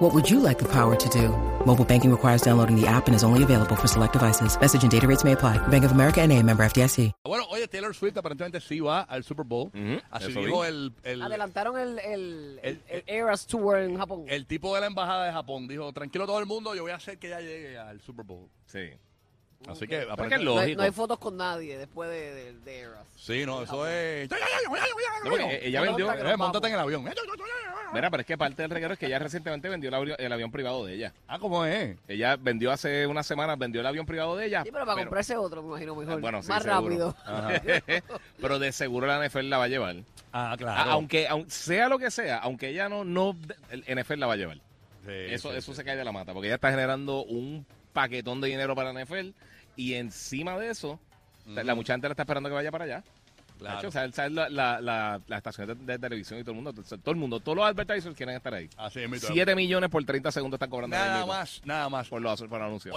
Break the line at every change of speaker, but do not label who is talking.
What would you like the power to do? Mobile banking requires downloading the app and is only available for select devices. Message and data rates may apply. Bank of America and a member FDIC.
Bueno, oye, Taylor Swift aparentemente sí va al Super Bowl. Así
eso
dijo
vi.
el, el,
Adelantaron el, el,
El-
el,
eh,
el Eras Tour en Japón.
el tipo de la embajada de Japón. Dijo, tranquilo todo el mundo, yo voy a hacer que ella llegue al Super Bowl.
Sí.
Así que,
Pero que es
aparentemente...
no, hay,
lógico.
no hay fotos con nadie después de, de, de Eras.
Sí, no, eso
Japón.
es...
No, porque ella
No,
vendió.
no, no,
Eh, móntate en el
vamos.
avión.
Mira, pero es que parte del reguero es que ella recientemente vendió el avión, el avión privado de ella.
Ah, ¿cómo es?
Ella vendió hace unas semanas, vendió el avión privado de ella.
Sí, pero para comprarse otro, me imagino mejor.
Ah, Bueno, sí,
Más
seguro.
rápido.
Ajá. pero de seguro la NFL la va a llevar.
Ah,
A- Aunque, aun- sea lo que sea, aunque ella no, no, el NFL la va a llevar.
Sí,
Eso,
sí,
eso
sí.
se cae de la mata, porque ella está generando un paquetón de dinero para la NFL y encima de eso, la muchacha entera está esperando que vaya para allá.
Claro.
Nacho, o sea, él sabe la, la, la- las estaciones de, de televisión y todo el mundo, o sea, todo el mundo, todos los advertisers quieren estar ahí.
Así es, mi
7 millones por 30 segundos están cobrando. ahí
Nada
mismo
más, nada más.
pues Por los, por los anuncios.